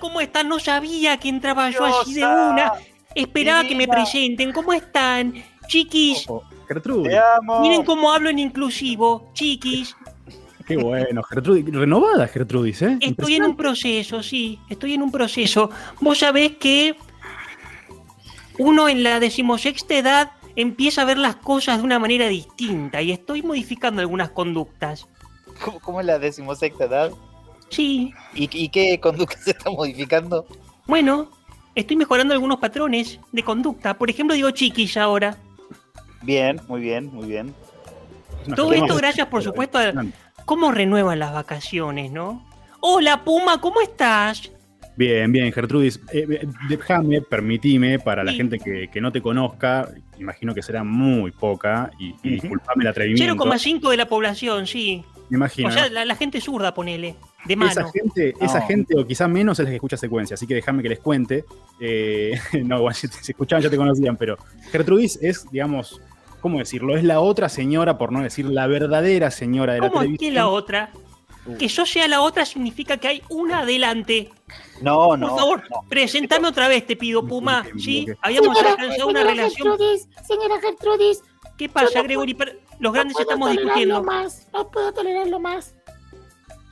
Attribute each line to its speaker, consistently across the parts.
Speaker 1: ¿cómo están? No sabía que entraba yo allí de
Speaker 2: Diosa,
Speaker 1: una. Esperaba que me
Speaker 2: divina.
Speaker 1: presenten. ¿Cómo están? Chiquis.
Speaker 3: Ojo, Gertrude.
Speaker 2: Te amo.
Speaker 1: Miren cómo hablo en inclusivo. Chiquis.
Speaker 3: Qué bueno, Gertrude. Renovada, Gertrudis, ¿eh?
Speaker 1: Estoy en un proceso, sí, estoy en un proceso. Vos sabés que uno en la decimosexta edad empieza a ver las cosas de una manera distinta y estoy modificando algunas conductas.
Speaker 2: ¿Cómo, cómo es la decimosexta edad?
Speaker 1: Sí,
Speaker 2: ¿Y, y qué conducta se está modificando?
Speaker 1: bueno, estoy mejorando algunos patrones de conducta. Por ejemplo, digo chiquis ahora.
Speaker 2: Bien, muy bien, muy bien.
Speaker 3: impresionante.
Speaker 1: Todo
Speaker 3: Una
Speaker 1: esto
Speaker 3: cosa
Speaker 1: gracias, por
Speaker 3: pero
Speaker 1: supuesto, a
Speaker 3: impresionante.
Speaker 1: cómo renuevan las vacaciones, ¿no? Hola, Puma, ¿cómo estás?
Speaker 3: Bien, bien, Gertrudis. Eh, eh, déjame, permitime, para la
Speaker 1: Sí.
Speaker 3: gente que, que no te conozca, imagino que será muy poca, y, y
Speaker 2: Ujú.
Speaker 3: disculpame el atrevimiento.
Speaker 1: 0,5 de la población, sí.
Speaker 3: Me imagino.
Speaker 1: O
Speaker 3: ¿no?
Speaker 1: sea, la, la gente zurda, ponele, de
Speaker 3: Esa
Speaker 1: mano.
Speaker 3: gente, esa
Speaker 2: No.
Speaker 3: gente, o quizá menos, es la que escucha secuencia, así que déjame que les cuente. Eh, no, igual si te- si escuchaban ya te conocían, pero Gertrudis es, digamos, ¿cómo decirlo? Es la otra señora, por no decir la verdadera señora de la
Speaker 1: ¿Cómo es que
Speaker 3: televisión.
Speaker 1: la otra? Que yo sea la otra significa que hay una adelante.
Speaker 2: No,
Speaker 1: Por
Speaker 2: no.
Speaker 1: favor,
Speaker 2: no.
Speaker 1: presentame otra vez, te pido,
Speaker 3: Me
Speaker 1: Puma.
Speaker 3: equivoqué, me
Speaker 1: ¿Sí?
Speaker 3: equivoqué.
Speaker 1: Habíamos
Speaker 4: Señora,
Speaker 1: alcanzado una
Speaker 4: señora
Speaker 1: relación.
Speaker 4: Gertrudis, señora Gertrudis,
Speaker 1: ¿Qué
Speaker 4: yo
Speaker 1: pasa,
Speaker 4: no
Speaker 1: Gregory? Per- Los
Speaker 4: no
Speaker 1: grandes
Speaker 4: puedo
Speaker 1: estamos
Speaker 4: tolerarlo
Speaker 1: discutiendo.
Speaker 4: más, no puedo tolerarlo más.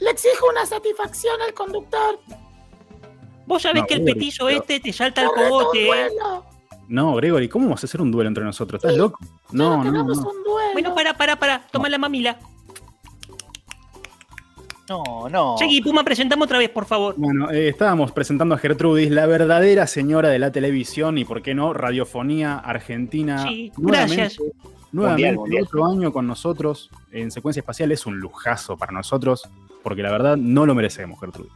Speaker 4: Le exijo una satisfacción al conductor.
Speaker 1: Vos sabés
Speaker 3: No,
Speaker 1: que el
Speaker 3: Gregory,
Speaker 1: petizo
Speaker 3: pero-
Speaker 1: este te salta al
Speaker 4: Correte un
Speaker 1: cogote. ¿eh?
Speaker 4: duelo.
Speaker 3: No, Gregory, ¿cómo vas a hacer un duelo entre nosotros? ¿Estás
Speaker 4: Sí.
Speaker 3: loco?
Speaker 4: Quiero
Speaker 3: No,
Speaker 4: que
Speaker 3: no,
Speaker 4: hagamos
Speaker 3: no.
Speaker 4: un duelo.
Speaker 1: Bueno, para, para, para. Toma la mamila.
Speaker 2: No, no.
Speaker 1: Seguí, Puma, presentame otra vez, por favor.
Speaker 3: Bueno, eh, estábamos presentando a Gertrudis, la verdadera señora de la televisión y, ¿por qué no?, radiofonía argentina.
Speaker 1: Sí,
Speaker 3: Nuevamente-
Speaker 1: gracias.
Speaker 3: Nuevamente,
Speaker 2: Mundial, mundial.
Speaker 3: otro año con nosotros en secuencia espacial es un lujazo para nosotros, porque la verdad no lo merecemos, Gertrudis.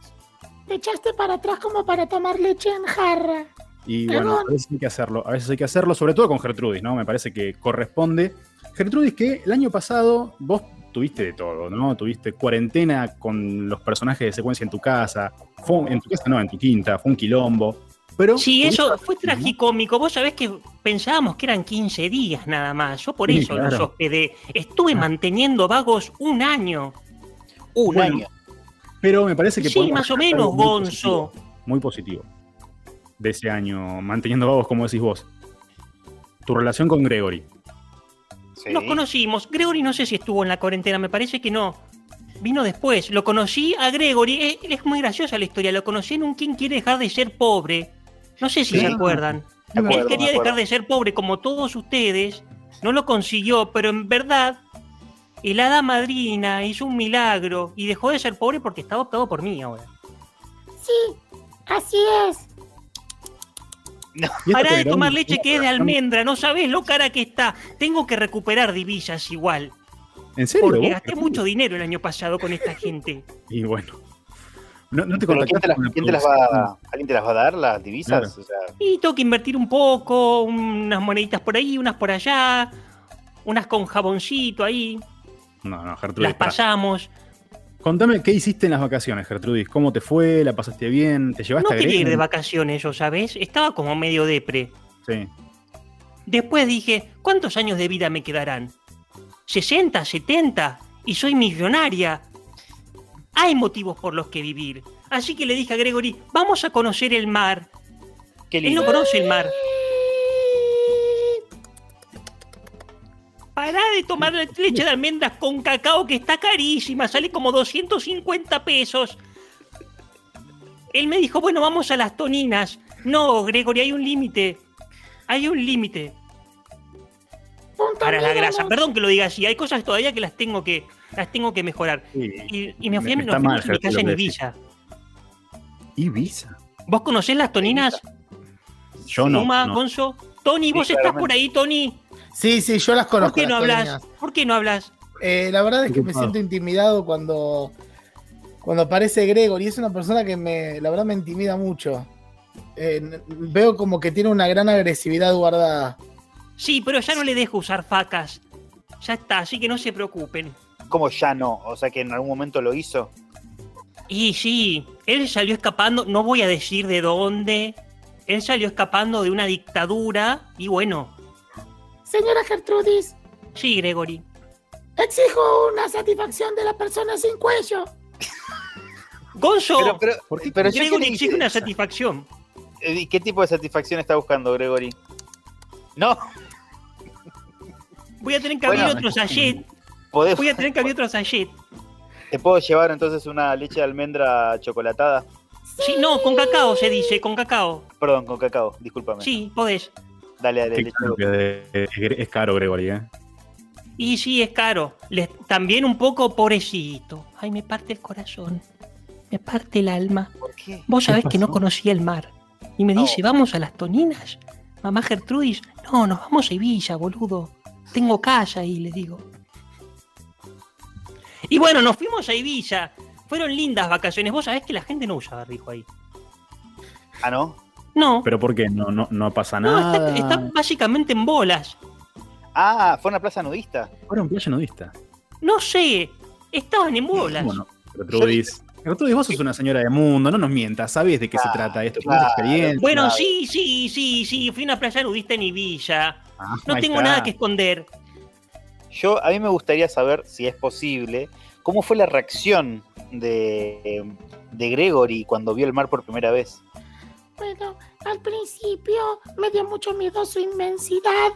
Speaker 4: Te echaste para atrás como para tomar leche en jarra.
Speaker 3: Y
Speaker 4: Perdón.
Speaker 3: bueno, a veces hay que hacerlo, a veces hay que hacerlo, sobre todo con Gertrudis, ¿no? Me parece que corresponde. Gertrudis, que el año pasado vos tuviste de todo, ¿no? Tuviste cuarentena con los personajes de secuencia en tu casa, fue un- en tu casa no, en tu quinta, fue un quilombo, pero...
Speaker 1: Sí, eso fue tragicómico. Vos sabés que pensábamos que eran 15 días nada más. Yo por
Speaker 3: Sí,
Speaker 1: eso los
Speaker 3: claro.
Speaker 1: hospedé. Estuve manteniendo vagos un año.
Speaker 2: Un
Speaker 3: Bueno,
Speaker 2: año.
Speaker 3: Pero me parece que...
Speaker 1: Sí,
Speaker 3: podemos
Speaker 1: más o
Speaker 3: rescatar
Speaker 1: menos,
Speaker 3: algo muy
Speaker 1: Gonzo.
Speaker 3: positivo, muy positivo de ese año, manteniendo vagos, como decís vos. Tu relación con Gregory.
Speaker 2: Sí.
Speaker 1: Nos conocimos. Gregory no sé si estuvo en la cuarentena, me parece que no. Vino después. Lo conocí a Gregory. Eh, Es, muy graciosa la historia. Lo conocí en un quien quiere dejar de ser pobre. No sé si
Speaker 2: Sí.
Speaker 1: se acuerdan.
Speaker 2: De acuerdo,
Speaker 1: Él quería
Speaker 2: de acuerdo.
Speaker 1: dejar de ser pobre como todos ustedes. No lo consiguió, pero en verdad el hada madrina hizo un milagro y dejó de ser pobre porque está adoptado por mí ahora.
Speaker 4: Sí, así es.
Speaker 3: Y esto
Speaker 1: Pará de
Speaker 3: generó
Speaker 1: tomar
Speaker 3: un-
Speaker 1: leche que es de
Speaker 3: una-
Speaker 1: almendra. No sabés lo cara que está. Tengo que recuperar divisas igual.
Speaker 3: ¿En serio?
Speaker 1: Porque
Speaker 3: vos?
Speaker 1: gasté mucho dinero el año pasado con esta gente.
Speaker 3: Y bueno. No, no te
Speaker 2: Pero ¿quién, te
Speaker 3: contactaste
Speaker 2: las,
Speaker 3: con la
Speaker 2: quién te las
Speaker 3: producción.
Speaker 2: va, ¿Alguien te las va a dar las divisas? O sea,
Speaker 1: Y tengo que invertir un poco, unas moneditas por ahí, unas por allá, unas con jaboncito ahí,
Speaker 3: No, no, Gertrudis.
Speaker 1: las
Speaker 3: pará.
Speaker 1: pasamos.
Speaker 3: Contame qué hiciste en las vacaciones, Gertrudis. ¿Cómo te fue? ¿La pasaste bien? ¿Te
Speaker 1: No
Speaker 3: llevaste a
Speaker 1: quería ir de
Speaker 3: Gregory?
Speaker 1: vacaciones, yo sabes, estaba como medio depre.
Speaker 3: Sí.
Speaker 1: Después dije, ¿cuántos años de vida me quedarán? ¿60, 70? Y soy millonaria. Hay motivos por los que vivir. Así que le dije a Gregory, vamos a conocer el mar.
Speaker 2: qué
Speaker 1: Él no
Speaker 2: lindo.
Speaker 1: conoce el mar.
Speaker 4: Y-
Speaker 1: Pará de tomar la leche de almendras con cacao que está carísima, sale como 250 pesos. Él me dijo, bueno, vamos a las toninas. No, Gregory, hay un límite. Hay un límite
Speaker 4: Punto
Speaker 1: para la
Speaker 4: mínimo.
Speaker 1: grasa. Perdón que lo diga así, hay cosas todavía que las tengo que, las tengo que mejorar.
Speaker 3: sí.
Speaker 1: Y, y me fui a
Speaker 3: Me-
Speaker 1: me
Speaker 3: está mal,
Speaker 1: fui a mi
Speaker 3: Gertrude,
Speaker 1: casa en
Speaker 3: lo que decís.
Speaker 1: Ibiza.
Speaker 3: Ibiza.
Speaker 1: ¿Vos conocés las toninas?
Speaker 3: Yo no.
Speaker 1: Luma,
Speaker 3: no.
Speaker 1: Gonzo. Tony,
Speaker 2: Sí,
Speaker 1: vos estás
Speaker 2: claramente.
Speaker 1: por ahí, Tony.
Speaker 5: Sí, sí, yo las
Speaker 1: ¿Por
Speaker 5: conozco.
Speaker 1: qué no
Speaker 5: las
Speaker 1: hablas?
Speaker 5: colonias.
Speaker 1: ¿Por qué no hablas?
Speaker 5: Eh, la verdad es que me
Speaker 3: Ocupado.
Speaker 5: siento intimidado cuando, cuando aparece Gregory. Es una persona que me, la verdad me intimida mucho. Eh, n- veo como que tiene una gran agresividad guardada.
Speaker 1: Sí, pero ya no le dejo usar facas. Ya está, así que no se preocupen.
Speaker 2: ¿Cómo ya no? O sea, que en algún momento lo hizo.
Speaker 1: Y sí, él salió escapando, no voy a decir de dónde. Él salió escapando de una dictadura y bueno,
Speaker 4: Señora Gertrudis,
Speaker 1: sí, Gregory.
Speaker 4: exijo una satisfacción de la persona sin cuello.
Speaker 1: Gonzo,
Speaker 2: Pero, pero,
Speaker 3: ¿Por qué?
Speaker 2: pero ya que
Speaker 1: Gregory
Speaker 2: le
Speaker 1: exige una
Speaker 2: interesa.
Speaker 1: satisfacción.
Speaker 2: ¿Y qué tipo de satisfacción está buscando, Gregory? No,
Speaker 1: Voy a tener que
Speaker 2: Bueno,
Speaker 1: abrir
Speaker 3: me
Speaker 1: otro sachet.
Speaker 2: podés-
Speaker 1: Voy a tener que abrir otro sachet.
Speaker 2: ¿te puedo llevar entonces una leche de almendra chocolatada?
Speaker 1: Sí, no, con cacao se dice, con cacao.
Speaker 2: Perdón, con cacao, discúlpame.
Speaker 1: Sí, podés.
Speaker 2: Dale, dale,
Speaker 3: Qué
Speaker 2: leche.
Speaker 3: caro que es, de- es caro, Gregory, ¿eh?
Speaker 1: Y sí, es caro. Les- también un poco pobrecito. Ay, me parte el corazón. Me parte el alma.
Speaker 2: ¿Por qué?
Speaker 1: Vos
Speaker 3: ¿Qué
Speaker 1: sabés que no
Speaker 3: pasó? Oh.
Speaker 1: conocía el mar. Y me
Speaker 2: No.
Speaker 1: dice, vamos a las Toninas. Mamá Gertrudis, no, nos vamos a Sevilla, boludo. Tengo casa ahí, le digo. Y bueno, nos fuimos a Ibiza. Fueron lindas vacaciones. Vos sabés que la gente no usa barbijo ahí.
Speaker 2: Ah, ¿no?
Speaker 1: No,
Speaker 3: ¿Pero por qué? No, no, no pasa
Speaker 1: no
Speaker 3: nada.
Speaker 1: está, está básicamente en bolas.
Speaker 2: Ah, fue una plaza nudista.
Speaker 3: Ahora un playa nudista.
Speaker 1: No sé, estaban en bolas.
Speaker 3: Bueno, Gertrudis. Gertrudis, vos sos una señora de mundo, no nos mientas, sabés de qué se
Speaker 2: Claro,
Speaker 3: trata esto,
Speaker 2: Ah, claro.
Speaker 3: tienes experiencia.
Speaker 1: Bueno, sí, sí, sí, sí, fui a una playa nudista en Ibiza.
Speaker 3: Ah,
Speaker 1: No
Speaker 3: ahí
Speaker 1: tengo
Speaker 3: está.
Speaker 1: nada que esconder.
Speaker 2: Yo, a mí me gustaría saber, si es posible, cómo fue la reacción de, de Gregory cuando vio el mar por primera vez.
Speaker 4: Bueno, al principio me dio mucho miedo su inmensidad,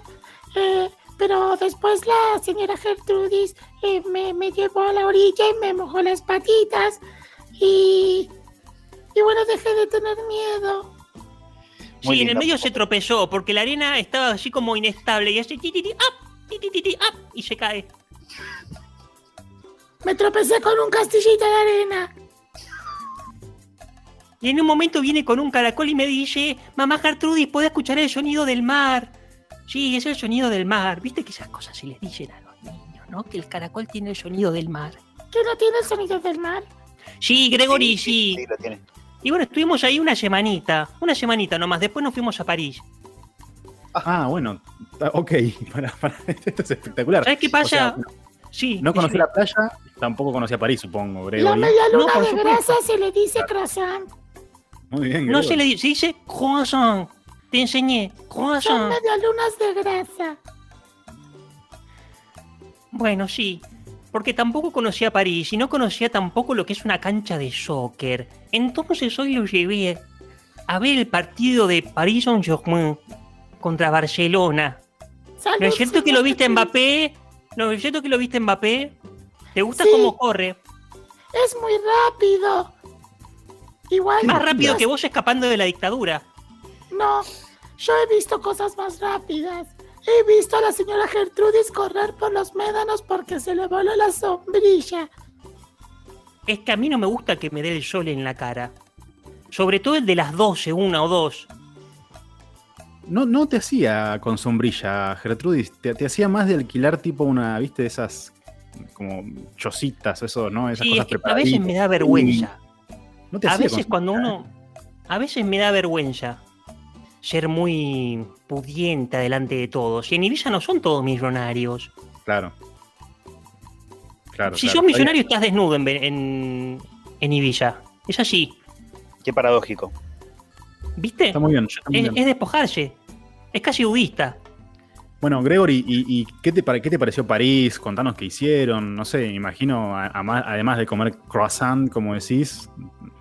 Speaker 4: eh, pero después la señora Gertrudis eh, me, me llevó a la orilla y me mojó las patitas y, y bueno, dejé de tener miedo.
Speaker 2: Muy
Speaker 1: Sí, en el
Speaker 2: linda.
Speaker 1: medio se tropezó porque la arena estaba así como inestable y hace ti ti ti up, ti ti ti ti, up y se cae.
Speaker 4: Me tropecé con un castillito de arena.
Speaker 1: Y en un momento viene con un caracol y me dice, mamá Gertrudis, ¿podés escuchar el sonido del mar? Sí, es el sonido del mar. Viste que esas cosas se les dicen a los niños, ¿no? Que el caracol tiene el sonido del mar.
Speaker 4: ¿Que no tiene el sonido del mar?
Speaker 1: Sí, Gregory,
Speaker 2: Sí,
Speaker 1: sí.
Speaker 2: sí, lo tiene.
Speaker 1: Y bueno, estuvimos ahí una semanita, una semanita nomás. Después nos fuimos a París.
Speaker 3: Ah, bueno, ah, ok, para, para- esto es espectacular.
Speaker 1: ¿Sabes qué pasa?
Speaker 3: O sea,
Speaker 1: Sí.
Speaker 3: no conocí
Speaker 1: decime.
Speaker 3: la playa, tampoco conocí a París, supongo,
Speaker 4: La
Speaker 3: Gregory.
Speaker 4: media
Speaker 1: No,
Speaker 4: luna
Speaker 1: por
Speaker 4: de
Speaker 1: supuesto.
Speaker 4: grasa se le dice croissant.
Speaker 3: Muy bien,
Speaker 1: No
Speaker 3: Gregory.
Speaker 1: se le dice, se dice croissant. Te enseñé,
Speaker 4: Son
Speaker 1: croissant.
Speaker 4: media lunas de grasa.
Speaker 1: Bueno, sí. Porque tampoco conocía París y no conocía tampoco lo que es una cancha de soccer. Entonces hoy lo llevé a ver el partido de París Saint-Germain contra Barcelona.
Speaker 4: Salud,
Speaker 1: Ah, ¿No es cierto que lo
Speaker 4: señor
Speaker 1: viste en
Speaker 4: Gertrudis.
Speaker 1: Mbappé? ¿No es cierto que lo viste en Mbappé? ¿Te gusta
Speaker 4: Sí.
Speaker 1: cómo corre?
Speaker 4: Es muy rápido. Igual.
Speaker 1: Más rápido
Speaker 4: yo-
Speaker 1: que vos escapando de la dictadura.
Speaker 4: No, yo he visto cosas más rápidas. He visto a la señora Gertrudis correr por los médanos porque se le voló la sombrilla.
Speaker 1: Es que a mí no me gusta que me dé el sol en la cara. Sobre todo el de las 12, una o dos.
Speaker 3: No, no te hacía con sombrilla, Gertrudis. Te, te hacía más de alquilar tipo una, viste, de esas como chocitas, eso, ¿no? Esas
Speaker 1: Y es
Speaker 3: cosas
Speaker 1: que a veces me
Speaker 3: preparaditas.
Speaker 1: da vergüenza.
Speaker 3: No te
Speaker 1: A
Speaker 3: hacía con
Speaker 1: veces cuando
Speaker 3: sombrilla,
Speaker 1: uno... A veces me da vergüenza ser muy pudiente delante de todos. Y en Ibiza no son todos millonarios.
Speaker 3: ¿eh? Claro. Claro.
Speaker 1: si
Speaker 3: claro.
Speaker 1: sos millonario estás desnudo en, Ve- en, en Ibiza. Es así.
Speaker 2: Qué paradójico.
Speaker 1: ¿Viste?
Speaker 3: Está muy bien. está muy
Speaker 1: es,
Speaker 3: bien.
Speaker 1: es despojarse. Es casi budista.
Speaker 3: Bueno, Gregory, ¿y, y qué, te, pare- qué te pareció París? Contanos qué hicieron. No sé, imagino, a- ama- además de comer croissant, como decís,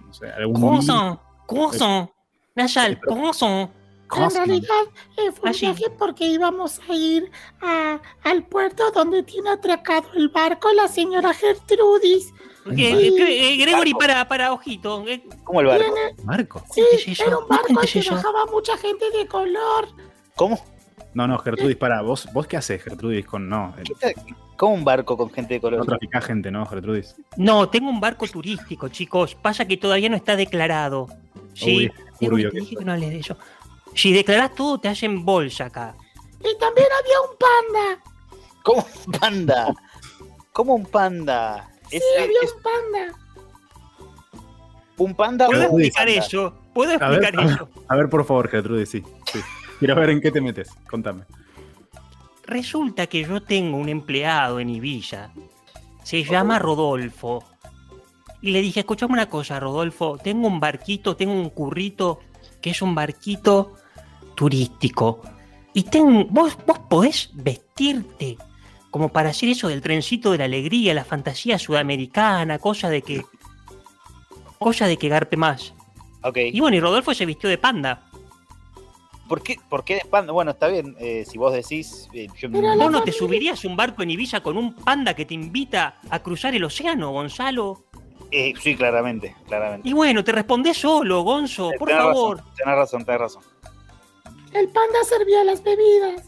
Speaker 3: no sé, algún.
Speaker 1: Croissant, croissant, Nayal,
Speaker 3: Pero-
Speaker 1: croissant.
Speaker 4: En
Speaker 3: croissant.
Speaker 4: realidad eh, fue un
Speaker 1: Así.
Speaker 4: viaje porque íbamos a ir a- al puerto donde tiene atracado el barco la señora Gertrudis.
Speaker 1: Eh, eh, eh, Gregory, para, para, ojito. Eh,
Speaker 2: ¿Cómo el barco?
Speaker 4: Tiene,
Speaker 3: Marco.
Speaker 4: sí,
Speaker 1: Cuentes eso,
Speaker 4: era un
Speaker 1: no
Speaker 4: barco
Speaker 1: cuentes
Speaker 4: que
Speaker 1: eso.
Speaker 4: viajaba mucha gente de color.
Speaker 2: ¿Cómo?
Speaker 3: No, no, Gertrudis, para. ¿Vos, vos qué haces, Gertrudis? Con, no, eh,
Speaker 2: ¿Qué tal? ¿Cómo un barco con gente de
Speaker 3: no
Speaker 2: color?
Speaker 3: traficás gente, ¿no, Gertrudis?
Speaker 1: No, tengo un barco turístico, chicos. Pasa que todavía no está declarado. Sí,
Speaker 3: Uy, es
Speaker 1: Gregory,
Speaker 3: turbio
Speaker 1: te
Speaker 3: que
Speaker 1: dije que no hables de eso. Si declarás todo, te hacen bolsa acá.
Speaker 4: Y también había un panda.
Speaker 2: ¿Cómo un panda? ¿Cómo un panda? ¿Es,
Speaker 4: Sí, había
Speaker 2: es
Speaker 4: un panda.
Speaker 2: un panda
Speaker 1: ¿Puedo
Speaker 2: o un
Speaker 1: explicar
Speaker 2: panda?
Speaker 1: eso? ¿Puedo
Speaker 3: A ver,
Speaker 1: explicar
Speaker 3: a ver.
Speaker 1: eso?
Speaker 3: A ver, por favor, Gertrudis, sí. sí. Quiero ver en qué te metes. Contame.
Speaker 1: Resulta que yo tengo un empleado en Ibiza. Se llama Rodolfo. Y le dije, escuchame una cosa, Rodolfo. Tengo un barquito, tengo un currito, que es un barquito turístico. Y ten- vos, vos podés vestirte como para hacer eso del trencito de la alegría, la fantasía sudamericana, cosa de que... cosa de que garpe más.
Speaker 2: Ok.
Speaker 1: Y bueno, y Rodolfo se vistió de panda.
Speaker 2: ¿Por qué, ¿Por qué de panda? Bueno, está bien, eh, si vos decís. eh, yo-
Speaker 4: Pero
Speaker 1: ¿Vos no te subirías a un barco en Ibiza con un panda que te invita a cruzar el océano, Gonzalo?
Speaker 2: Eh, sí, claramente, claramente.
Speaker 1: Y bueno, te respondés solo, Gonzo, por
Speaker 2: Tenés
Speaker 1: favor.
Speaker 2: Razón, tenés razón, tenés razón.
Speaker 4: El panda servía las bebidas.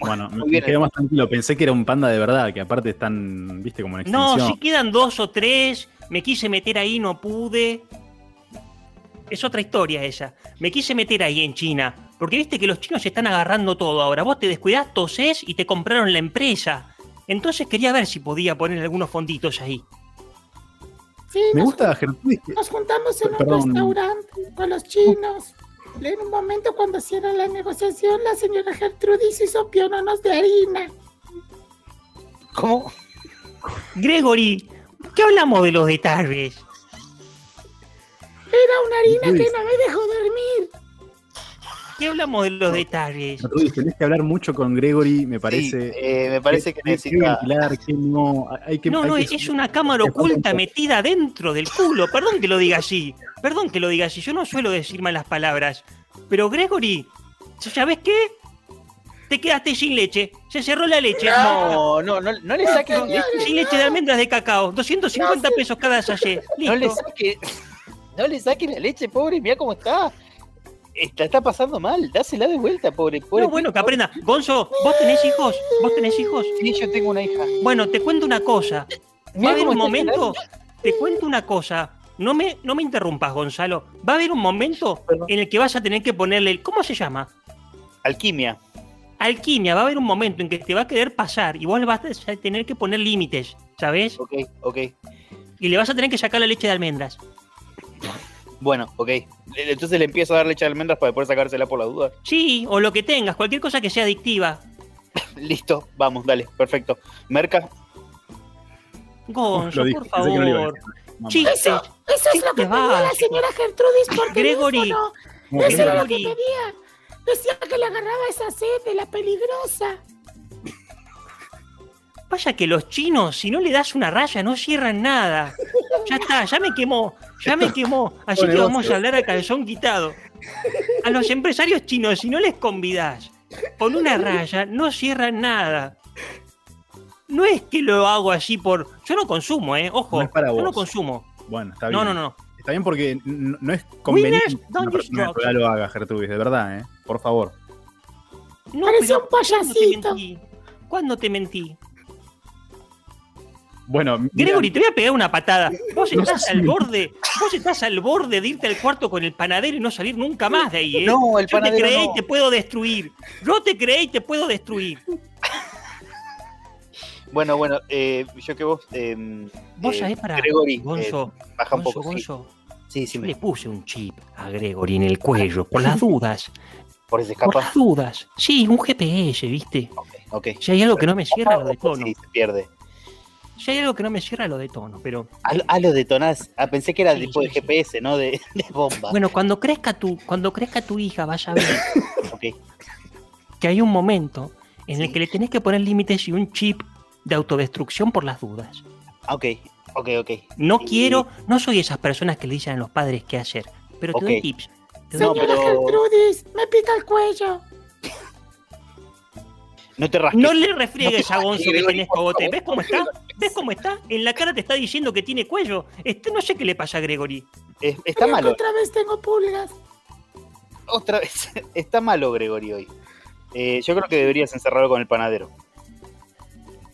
Speaker 3: Bueno, me
Speaker 2: Muy bien,
Speaker 3: me quedé más tranquilo. Pensé que era un panda de verdad, que aparte están, viste, como en
Speaker 1: No,
Speaker 3: extinción.
Speaker 1: si quedan dos o tres, me quise meter ahí, no pude. Es otra historia esa. Me quise meter ahí en China, porque viste que los chinos están agarrando todo ahora. Vos te descuidás, tosés y te compraron la empresa. Entonces quería ver si podía poner algunos fonditos ahí.
Speaker 4: Sí,
Speaker 3: Me
Speaker 4: nos,
Speaker 3: gusta Gertrudis que-
Speaker 4: nos juntamos en un
Speaker 3: Perdón.
Speaker 4: restaurante con los chinos. En un momento cuando cierra la negociación, la señora Gertrudis hizo piononos de harina.
Speaker 2: ¿Cómo?
Speaker 1: Gregory, ¿por ¿qué hablamos de los detalles?
Speaker 4: Era una harina
Speaker 3: Uy.
Speaker 4: que no me dejó dormir.
Speaker 1: ¿Qué hablamos de los detalles?
Speaker 3: Gertrudis, tenés que hablar mucho con Gregory, me parece.
Speaker 2: Sí, eh, me parece que
Speaker 3: Hay
Speaker 2: necesita.
Speaker 3: ventilar, que no, hay que,
Speaker 1: No,
Speaker 3: hay
Speaker 1: no,
Speaker 3: que-
Speaker 1: es una cámara oculta metida dentro del culo. Perdón que lo diga así. Perdón que lo diga así. Yo no suelo decir malas palabras. Pero Gregory, ¿sabes qué? Te quedaste sin leche. Se cerró la leche.
Speaker 2: No, no, no, no le saques.
Speaker 1: Sin leche de almendras de cacao. 250 pesos cada sachet.
Speaker 2: No le
Speaker 1: Listo.
Speaker 2: saque, no le saque la leche, pobre, mira cómo está. Está, está pasando mal, dásela de vuelta, pobre, pobre.
Speaker 1: No, bueno, que aprenda. Gonzo, ¿vos tenés hijos? ¿Vos tenés hijos?
Speaker 2: Sí, yo tengo una hija.
Speaker 1: Bueno, te cuento una cosa. Va
Speaker 2: Mirá
Speaker 1: a haber
Speaker 2: cómo
Speaker 1: un
Speaker 2: está esa
Speaker 1: momento, te cuento una cosa. No me, no me interrumpas, Gonzalo. Va a haber un momento
Speaker 2: Perdón.
Speaker 1: en el que vas a tener que ponerle el. ¿Cómo se llama?
Speaker 2: Alquimia.
Speaker 1: Alquimia. Va a haber un momento en que te va a querer pasar y vos le vas a tener que poner límites, ¿sabes?
Speaker 2: Ok, ok.
Speaker 1: Y le vas a tener que sacar la leche de almendras.
Speaker 2: Bueno, ok. Le- Entonces le empiezo a dar leche de almendras para poder sacársela por la duda.
Speaker 1: Sí, o lo que tengas, cualquier cosa que sea adictiva.
Speaker 2: Listo, vamos, dale, perfecto. Merca,
Speaker 1: Gonzo,
Speaker 3: Lo dije,
Speaker 1: por
Speaker 3: pensé que no lo iba a
Speaker 1: favor.
Speaker 3: decir. Mamá.
Speaker 1: Chistes.
Speaker 4: Eso, eso es
Speaker 1: Sí,
Speaker 4: lo que
Speaker 1: te
Speaker 4: pedía la
Speaker 1: vas.
Speaker 4: señora Gertrudis por
Speaker 1: Gregory.
Speaker 4: teléfono.
Speaker 3: Como que
Speaker 4: Eso era lo que
Speaker 1: Gregory.
Speaker 4: pedía. Decía que le agarraba esa sed de la peligrosa.
Speaker 1: Pasa que los chinos, si no le das una raya, no cierran nada. Ya está, ya me quemó, ya me quemó. Así
Speaker 3: Bueno,
Speaker 1: que vamos
Speaker 3: vos-
Speaker 1: a hablar a calzón quitado. A los empresarios chinos, si no les convidás con una raya, no cierran nada. No es que lo hago así por. Yo no consumo, ¿eh? Ojo,
Speaker 3: No es para
Speaker 1: yo no
Speaker 3: vos.
Speaker 1: consumo.
Speaker 3: Bueno, está bien.
Speaker 1: No, no, no.
Speaker 3: Está bien porque n- no es conveniente
Speaker 1: Winners,
Speaker 3: que una
Speaker 1: don't
Speaker 3: persona
Speaker 1: use drugs.
Speaker 3: natural lo haga, Gertrudis, de verdad, ¿eh? Por favor.
Speaker 1: no
Speaker 4: Parecía
Speaker 1: pero
Speaker 4: un
Speaker 1: ¿cuándo te
Speaker 4: payasito.
Speaker 1: mentí? ¿Cuándo te mentí?
Speaker 3: Bueno, mira,
Speaker 1: Gregory, te voy a pegar una patada.
Speaker 2: Eh,
Speaker 1: Vos
Speaker 3: No
Speaker 1: estás
Speaker 3: sé.
Speaker 1: al borde, vos estás al borde de irte al cuarto con el panadero y no salir nunca más de ahí, ¿eh?
Speaker 2: No, el
Speaker 1: Yo te
Speaker 2: panadero
Speaker 1: creé
Speaker 2: no.
Speaker 1: y te puedo destruir. Yo te creé y te puedo destruir.
Speaker 2: Bueno, bueno, eh, yo que vos. eh,
Speaker 1: Vos
Speaker 2: eh,
Speaker 1: sabés para
Speaker 2: Gregory, eh,
Speaker 1: Gonzo,
Speaker 2: baja un
Speaker 1: Gonzo,
Speaker 2: poco. sí.
Speaker 1: Gonzo,
Speaker 2: Sí, sí,
Speaker 1: yo
Speaker 2: me-
Speaker 1: le puse un chip a Gregory en el cuello, por las dudas,
Speaker 2: por ese
Speaker 1: por
Speaker 2: escapa.
Speaker 1: las dudas. Sí, un GPS, ¿viste?
Speaker 2: Ok.
Speaker 1: Si hay algo que no me cierra, lo detono.
Speaker 2: Sí, se pierde.
Speaker 1: Si hay algo que no me cierra, lo detono, pero...
Speaker 2: Ah, lo- ah, lo detonás. Ah, pensé que era
Speaker 1: Sí,
Speaker 2: tipo
Speaker 1: sí,
Speaker 2: de
Speaker 1: sí.
Speaker 2: GPS, ¿no? De, de bomba.
Speaker 1: Bueno, cuando crezca tu, cuando crezca tu hija, vas a ver
Speaker 2: Ok.
Speaker 1: que hay un momento en el
Speaker 2: Sí.
Speaker 1: que le tenés que poner límites y un chip de autodestrucción por las dudas.
Speaker 2: Ah, Ok, ok, ok.
Speaker 1: No
Speaker 2: Sí.
Speaker 1: quiero, no soy esas personas que le dicen a los padres qué hacer, pero te doy
Speaker 2: Ok.
Speaker 1: tips. Te doy
Speaker 2: No,
Speaker 4: Señora
Speaker 2: pero-
Speaker 4: Gertrudis, me pica el cuello.
Speaker 2: No te rasques.
Speaker 1: No le refriegues a Gonzo que
Speaker 2: Gregorio,
Speaker 1: tenés
Speaker 2: por
Speaker 1: cogote.
Speaker 2: favor.
Speaker 1: ¿Ves cómo está? ¿Ves cómo está? En la cara te está diciendo que tiene cuello. Este, no sé qué le pasa a Gregory.
Speaker 2: Es- está
Speaker 4: Creo que
Speaker 2: malo.
Speaker 4: Otra vez tengo pulgas.
Speaker 2: Otra vez. Está malo, Gregorio, hoy. Eh, yo creo que deberías encerrarlo con el panadero.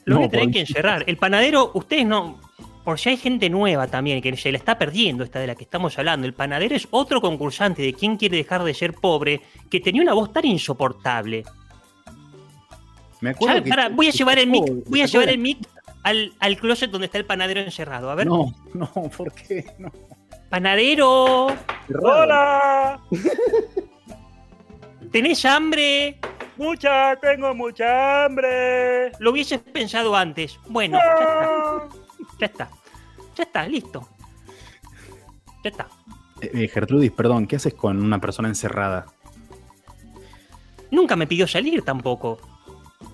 Speaker 1: Lo
Speaker 3: No,
Speaker 1: voy a tener
Speaker 3: por-
Speaker 1: que encerrar. El panadero, ustedes no. Por si hay gente nueva también que se la está perdiendo, esta de la que estamos hablando. El panadero es otro concursante de quién quiere dejar de ser pobre, que tenía una voz tan insoportable.
Speaker 3: me acuerdo
Speaker 1: Ya,
Speaker 3: que-
Speaker 1: pará, voy a llevar el mic, voy a
Speaker 3: ¿te
Speaker 1: llevar
Speaker 3: acuerdas?
Speaker 1: el mic al, al closet donde está el panadero encerrado. A ver,
Speaker 3: No, no, ¿por qué? No.
Speaker 1: panadero,
Speaker 3: Qué raro.
Speaker 6: ¡Hola!
Speaker 1: ¿tenés hambre?
Speaker 6: ¡Mucha! ¡Tengo mucha hambre! Ah.
Speaker 1: Lo hubieses pensado antes. Bueno, ya está. Ya está, ya está, listo. Ya está.
Speaker 3: Eh, eh, Gertrudis, perdón, ¿qué haces con una persona encerrada?
Speaker 1: Nunca me pidió salir tampoco.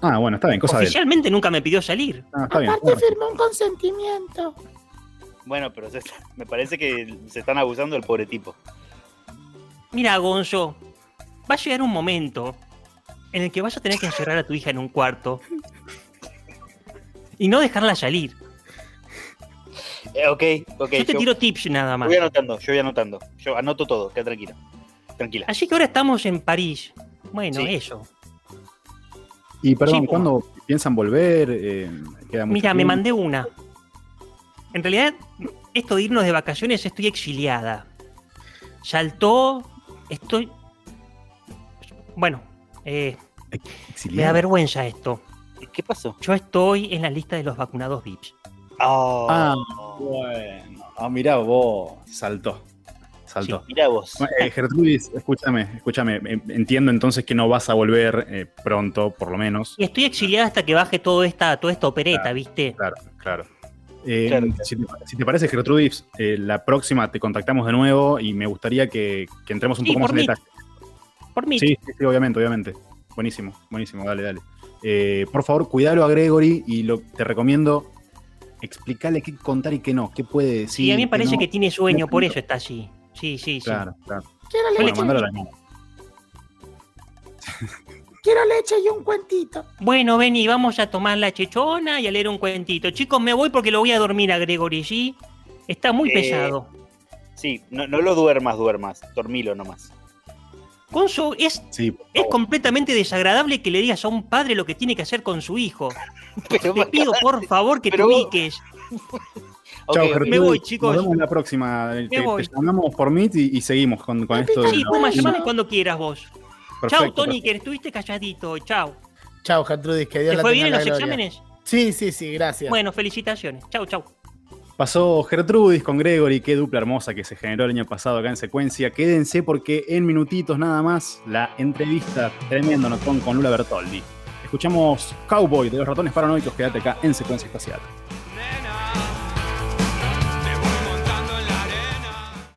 Speaker 3: Ah, bueno, está bien, cosa de él.
Speaker 1: Oficialmente nunca me pidió salir.
Speaker 3: Ah, está bien.
Speaker 4: Aparte
Speaker 3: bueno.
Speaker 4: firmó un consentimiento.
Speaker 2: Bueno, pero se está- me parece que se están abusando del pobre tipo.
Speaker 1: Mira, Gonzo, va a llegar un momento en el que vas a tener que encerrar a tu hija en un cuarto y no dejarla salir.
Speaker 2: Eh, ok, ok.
Speaker 1: Yo te
Speaker 2: yo-
Speaker 1: tiro tips nada
Speaker 2: yo
Speaker 1: más.
Speaker 2: voy anotando, yo voy anotando. Yo anoto todo, queda tranquila. Tranquila.
Speaker 1: Así que ahora estamos en París. Bueno,
Speaker 2: Sí.
Speaker 1: eso.
Speaker 3: Y perdón,
Speaker 1: Sí, po.
Speaker 3: ¿cuándo piensan volver? Eh, queda mucho
Speaker 1: Mira, me
Speaker 3: tiempo.
Speaker 1: mandé una. En realidad, esto de irnos de vacaciones, estoy exiliada. Saltó, estoy... Bueno, eh, me da
Speaker 3: Exiliado.
Speaker 1: vergüenza esto.
Speaker 2: ¿Qué pasó?
Speaker 1: Yo estoy en la lista de los vacunados VIPs.
Speaker 2: Oh,
Speaker 3: Ah, bueno. Ah, mirá vos. Saltó. Saltó.
Speaker 2: Mirá vos.
Speaker 3: Bueno, eh, Gertrudis, escúchame, escúchame. Eh, Entiendo entonces que no vas a volver eh, pronto, por lo menos.
Speaker 1: Y estoy exiliada hasta que baje todo esta, toda esta opereta,
Speaker 3: Claro.
Speaker 1: ¿viste?
Speaker 3: Claro, claro. Eh,
Speaker 2: Claro.
Speaker 3: Si, te, si te parece, Gertrudis, eh, la próxima te contactamos de nuevo y me gustaría que, que entremos un
Speaker 1: Sí,
Speaker 3: poco más
Speaker 1: por
Speaker 3: en
Speaker 1: mí.
Speaker 3: detalle.
Speaker 1: Por mí.
Speaker 3: Sí, sí, sí, obviamente, obviamente. Buenísimo, buenísimo, dale, dale. Eh, por favor, cuidalo a Gregory y lo, te recomiendo explicarle qué contar y qué no, qué puede decir.
Speaker 1: y a mí me
Speaker 3: qué
Speaker 1: parece
Speaker 3: no.
Speaker 1: que tiene sueño, por
Speaker 3: Perfecto.
Speaker 1: eso está así. Sí, sí, sí.
Speaker 3: Claro, claro.
Speaker 4: Quiero
Speaker 3: Bueno,
Speaker 4: leche,
Speaker 3: mandalo a la mierda.
Speaker 4: quiero leche y un cuentito.
Speaker 1: Bueno, vení, vamos a tomar la chechona y a leer un cuentito. Chicos, me voy porque lo voy a dormir a Gregory, ¿sí? Está muy
Speaker 2: Eh.
Speaker 1: pesado.
Speaker 2: Sí, no, no lo duermas, duermas. Dormilo nomás.
Speaker 1: Conso, es,
Speaker 3: Sí, por
Speaker 1: es
Speaker 3: favor.
Speaker 1: completamente desagradable que le digas a un padre lo que tiene que hacer con su hijo.
Speaker 2: Pero,
Speaker 1: Te pido, por favor, que te
Speaker 2: Pero vos-
Speaker 1: ubiques.
Speaker 2: ok,
Speaker 3: Chao,
Speaker 2: ok.
Speaker 3: Gertrudis.
Speaker 1: me voy, chicos.
Speaker 3: Nos vemos la próxima. Te, te
Speaker 1: voy.
Speaker 3: llamamos por Meet y, y seguimos con, con esto. de-
Speaker 1: Sí,
Speaker 4: no,
Speaker 1: vos me
Speaker 4: no.
Speaker 1: llamame cuando quieras vos. Chao,
Speaker 3: Perfecto,
Speaker 1: Tony, que estuviste calladito. Chao.
Speaker 5: Chao, Gertrudis, que Dios
Speaker 1: ¿Te
Speaker 5: la
Speaker 1: fue
Speaker 5: tenga
Speaker 1: bien en
Speaker 5: la
Speaker 1: los
Speaker 5: gloria.
Speaker 1: exámenes?
Speaker 5: Sí, sí, sí, gracias.
Speaker 1: Bueno, felicitaciones. Chao, chao.
Speaker 3: Pasó Gertrudis con Gregory, qué dupla hermosa que se generó el año pasado acá en secuencia. Quédense porque en minutitos nada más la entrevista tremendo notón con Lula Bertoldi. Escuchamos Cowboy de los ratones paranoicos, quédate acá en secuencia espacial.